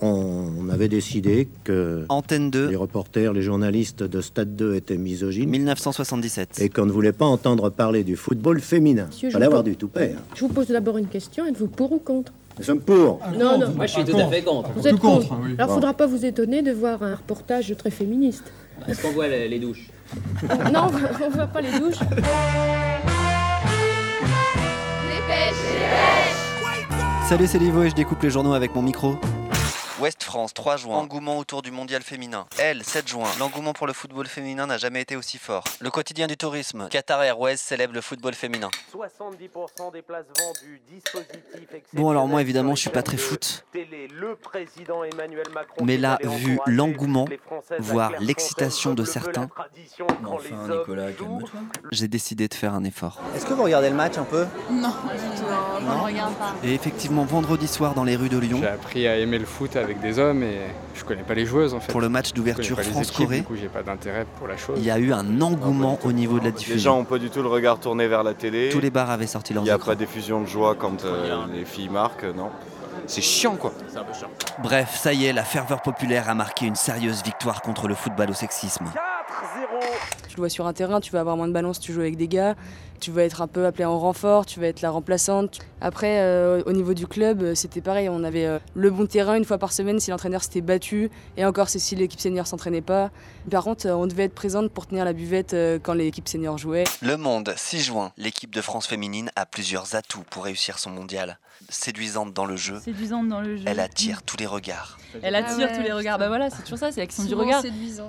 on, on avait décidé que Antenne 2, les reporters, les journalistes de Stade 2 étaient misogynes 1977. et qu'on ne voulait pas entendre parler du football féminin. Monsieur, je Fallait avoir vous- du tout père. Je vous pose d'abord une question. Êtes-vous pour ou contre Nous sommes pour. Non, non. Moi, je suis tout à fait contre. Vous êtes contre. contre, hein, oui. Alors, Bon. faudra pas vous étonner de voir un reportage très féministe. Est-ce qu'on voit les, les douches non, on va- on voit pas les douches. Salut, c'est Livo et je découpe les journaux avec mon micro. Ouest France, 3 juin. Engouement autour du mondial féminin. Elle, 7 juin. L'engouement pour le football féminin n'a jamais été aussi fort. Le quotidien du tourisme. Qatar Airways célèbre le football féminin. 70% des places vendues, dispositif Bon, alors moi, évidemment, je suis pas très foot. Télé, le président Emmanuel Macron Mais est là, allé vu encourager l'engouement, les Françaises à voire Clairefontaine, l'excitation comme de le veut la certains, tradition, quand les Enfin, hommes Nicolas, jouent. calme-toi. J'ai décidé de faire un effort. Oh, Est-ce que vous regardez le match un peu Non, du tout, non, je ne regarde pas. Et effectivement, vendredi soir dans les rues de Lyon, J'ai appris à aimer le foot avec des hommes et je connais pas les joueuses en fait. pour le match je connais d'ouverture pas les équipes, du France-Corée, coup j'ai pas d'intérêt pour la chose. il y a eu un engouement au niveau de la Les gens diffusion. n'ont pas du tout le regard tourné vers la télé. Tous les bars avaient sorti Il leurs n'y a écrans. pas d'effusion de joie quand euh, les filles marquent, non C'est chiant quoi. Bref, ça y est, la ferveur populaire a marqué une sérieuse victoire contre le football au sexisme. 4-0. Tu le vois sur un terrain, tu vas avoir moins de balance, tu joues avec des gars, tu vas être un peu appelé en renfort, tu vas être la remplaçante. Après, euh, au niveau du club, euh, c'était pareil, on avait euh, le bon terrain une fois par semaine si l'entraîneur s'était battu, et encore c'est si l'équipe senior s'entraînait pas. Par contre, euh, on devait être présente pour tenir la buvette euh, quand l'équipe senior jouait. Le Monde, 6 juin. L'équipe de France féminine a plusieurs atouts pour réussir son mondial. Séduisante dans le jeu, Séduisante dans le jeu. elle attire tous les regards. Elle attire Ah ouais, tous les regards. Bah voilà, c'est toujours ça, c'est l'action du regard.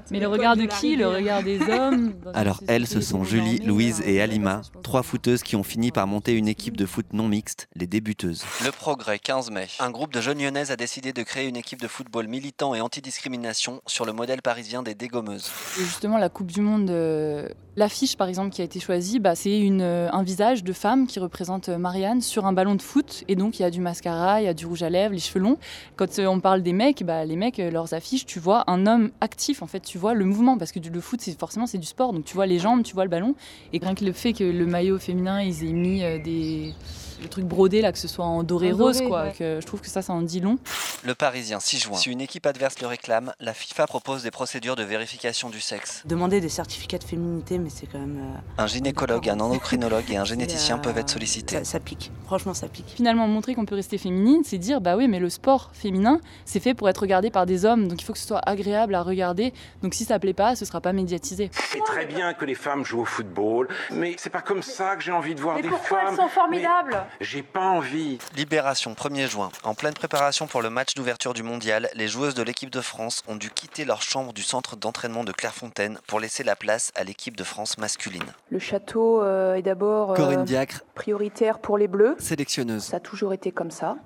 Mais le L'école regard de de la qui Le rivière. regard des hommes dans une Alors elles, ce société sont où on est Julie, en Louise est, et euh, Alima, je pense trois que- footeuses qui ont fini par monter une équipe de foot non mixte, les débuteuses. Le Progrès, 15 mai. Un groupe de jeunes lyonnaises a décidé de créer une équipe de football militant et antidiscrimination sur le modèle parisien des dégommeuses. Et Justement, la Coupe du Monde, euh, l'affiche par exemple qui a été choisie, bah, c'est une, euh, un visage de femme qui représente euh, Marianne sur un ballon de foot. Et donc, il y a du mascara, il y a du rouge à lèvres, les cheveux longs. Quand euh, on parle des mecs, bah, les mecs, euh, leurs affiches, tu vois un homme actif, en fait, tu vois le mouvement. Parce que du- le foot, c'est forcément, c'est du sport. Donc, tu vois les jambes, tu vois le ballon. Et rien que le fait que le maillot féminin, ils aient mis euh, des. Le truc brodé là, que ce soit en doré En doré, rose, rose, quoi, quoi. ouais. Que je trouve que ça, ça en dit long. Le Parisien, 6 juin. Si une équipe adverse le réclame, la FIFA propose des procédures de vérification du sexe. Demander des certificats de féminité, mais c'est quand même. euh, Un gynécologue, un endocrinologue et un généticien peuvent être sollicités. ça pique. Franchement, ça pique. finalement montrer qu'on peut rester féminine, c'est dire bah oui, mais le sport féminin, c'est fait pour être regardé par des hommes, donc il faut que ce soit agréable à regarder. Donc si ça plaît pas, ce sera pas médiatisé. C'est très bien que les femmes jouent au football, mais c'est pas comme ça que j'ai envie de voir des femmes. formidables J'ai pas envie. Libération, 1er juin. En pleine préparation pour le match d'ouverture du mondial, les joueuses de l'équipe de France ont dû quitter leur chambre du centre d'entraînement de Clairefontaine pour laisser la place à l'équipe de France masculine. Le château euh, est d'abord Diacre, prioritaire pour les bleus. sélectionneuse. a toujours été comme ça.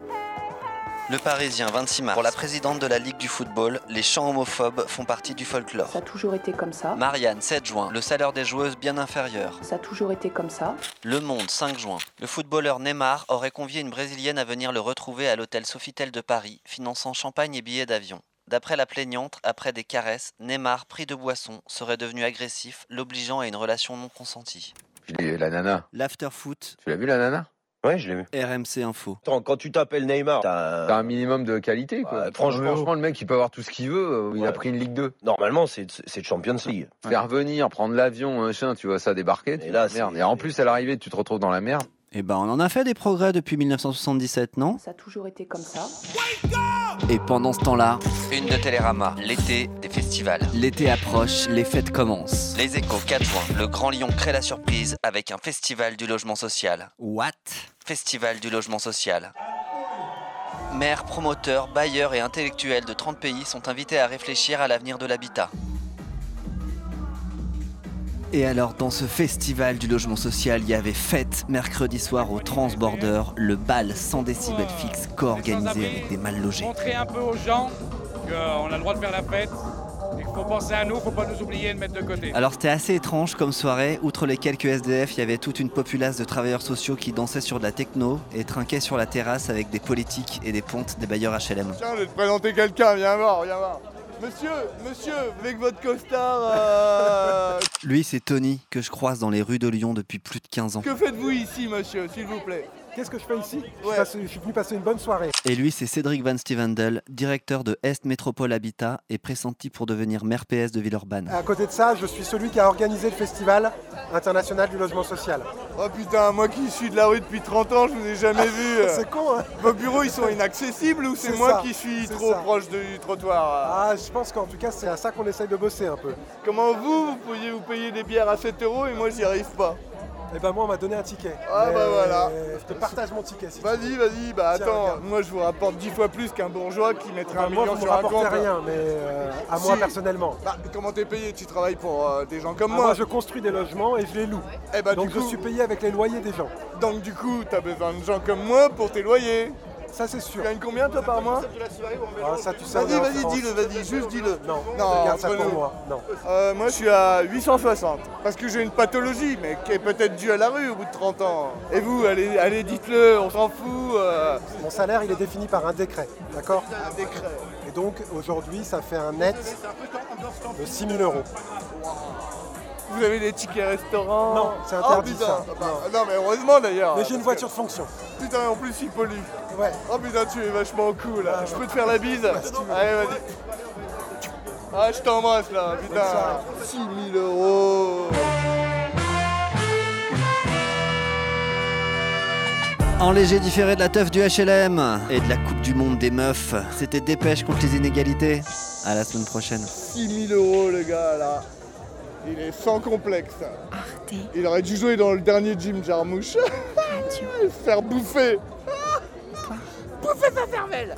Le Parisien, 26 mars. Pour la présidente de la Ligue du football, les chants homophobes font partie du folklore. a toujours été comme ça. Marianne, 7 juin. Le salaire des joueuses bien inférieur. Ça a toujours été comme ça. Le Monde, 5 juin. Le footballeur Neymar aurait convié une Brésilienne à venir le retrouver à l'hôtel Sofitel de Paris, finançant champagne et billets d'avion. D'après la plaignante, après des caresses, Neymar, pris de boisson, serait devenu agressif, l'obligeant à une relation non consentie. La nana, L'afterfoot, tu l'as vu la nana Ouais, je l'ai vu. RMC Info. Attends, quand tu t'appelles Neymar, Euh, T'as t'as un- un minimum de qualité quoi. Ouais, franchement. franchement, le mec il peut avoir tout ce qu'il veut, euh, il a Bah, Ouais. pris une Ligue 2. normalement c'est c'est Champions League. Faire venir, prendre l'avion, machin, tu vois ça débarquer, tu Et là, dis, merde. c'est- Et en plus à l'arrivée tu te retrouves dans la merde. Eh ben, on en a fait des progrès depuis 1977, non Ça a toujours été comme ça. Et pendant ce temps-là, une de Télérama, l'été des festivals. L'été approche, les fêtes commencent. Les échos 4 juin, le Grand Lyon crée la surprise avec un festival du logement social. What Festival du logement social. Maires, promoteurs, bailleurs et intellectuels de 30 pays sont invités à réfléchir à l'avenir de l'habitat. Et alors, dans ce festival du logement social, il y avait fête mercredi soir au Transborder, le bal 100 décibels fixe co-organisé avec des mal logés. Montrer un peu aux gens qu'on a le droit de faire la fête et qu'il faut penser à nous, faut pas nous oublier et de mettre de côté. Alors c'était assez étrange comme soirée, outre les quelques SDF, il y avait toute une populace de travailleurs sociaux qui dansaient sur de la techno et trinquaient sur la terrasse avec des politiques et des pontes des bailleurs HLM. Tiens, je vais te présenter quelqu'un, viens voir, viens voir. Monsieur, monsieur, avec votre costard, euh, Lui c'est Tony que je croise dans les rues de Lyon depuis plus de 15 ans. que faites-vous ici, monsieur, s'il vous plaît Qu'est-ce que je fais ici je, passe- je suis venu passer une bonne soirée. Et lui, c'est Cédric Van Stevendel, directeur de Est Métropole Habitat et pressenti pour devenir maire PS de Villeurbanne. À côté de ça, je suis celui qui a organisé le festival international du logement social. Oh putain, moi qui suis de la rue depuis 30 ans, je vous ai jamais vu. C'est con, hein Vos bureaux, ils sont inaccessibles ou c'est C'est moi ça, qui suis c'est trop ça. proche de- du trottoir euh Ah, je pense qu'en tout cas, c'est à ça qu'on essaye de bosser un peu. Comment vous, vous pourriez vous payer des bières à 7 euros et moi j'y arrive pas Et ben moi, on m'a donné un ticket. Ah Mais bah voilà. Je te partage mon ticket. Si tu Vas-y, veux. vas-y, bah Tiens, attends, regarde. moi je vous rapporte 10 fois plus qu'un bourgeois qui mettrait Bah, un moi, million vous me sur un rapportez compte. rien, mais euh, à moi, personnellement. Bah, comment t'es payé Tu travailles pour euh, des gens comme Ah, moi. moi, je construis des logements et je les loue. Eh bah, Donc du je coup- suis payé avec les loyers des gens. Donc du coup, t'as besoin de gens comme moi pour tes loyers. Ça c'est sûr. Tu gagnes combien toi par mois Ah, ça, tu sais, on est Vas-y, en vas-y, France. dis-le, vas-y, juste dis-le. Non, garde ça pour entre nous. moi, non. Euh, moi je suis à 860, parce que j'ai une pathologie, mais qui est peut-être due à la rue au bout de 30 ans. Et vous, allez, allez dites-le, on s'en fout. euh. Mon salaire, il est défini par un décret, d'accord Un décret. Et donc, aujourd'hui, ça fait un net de 6 000 euros. Vous avez des tickets restaurants Non, c'est interdit, oh, putain. ça. Ah bah, Non. mais heureusement d'ailleurs. Mais j'ai une parce voiture de fonction. que- Putain, en plus il pollue. Ouais. Oh putain, tu es vachement cool là. je peux te faire la bise Allez, vas-y. Ah, je t'embrasse là, putain. 6 000 euros. En léger différé de la teuf du HLM et de la Coupe du Monde des meufs, c'était Dépêche contre les inégalités. À la semaine prochaine. 6000 euros le gars là. Il est sans complexe. Il aurait dû jouer dans le dernier Jim Jarmouche. Se Faire bouffer. Bouffer sa cervelle.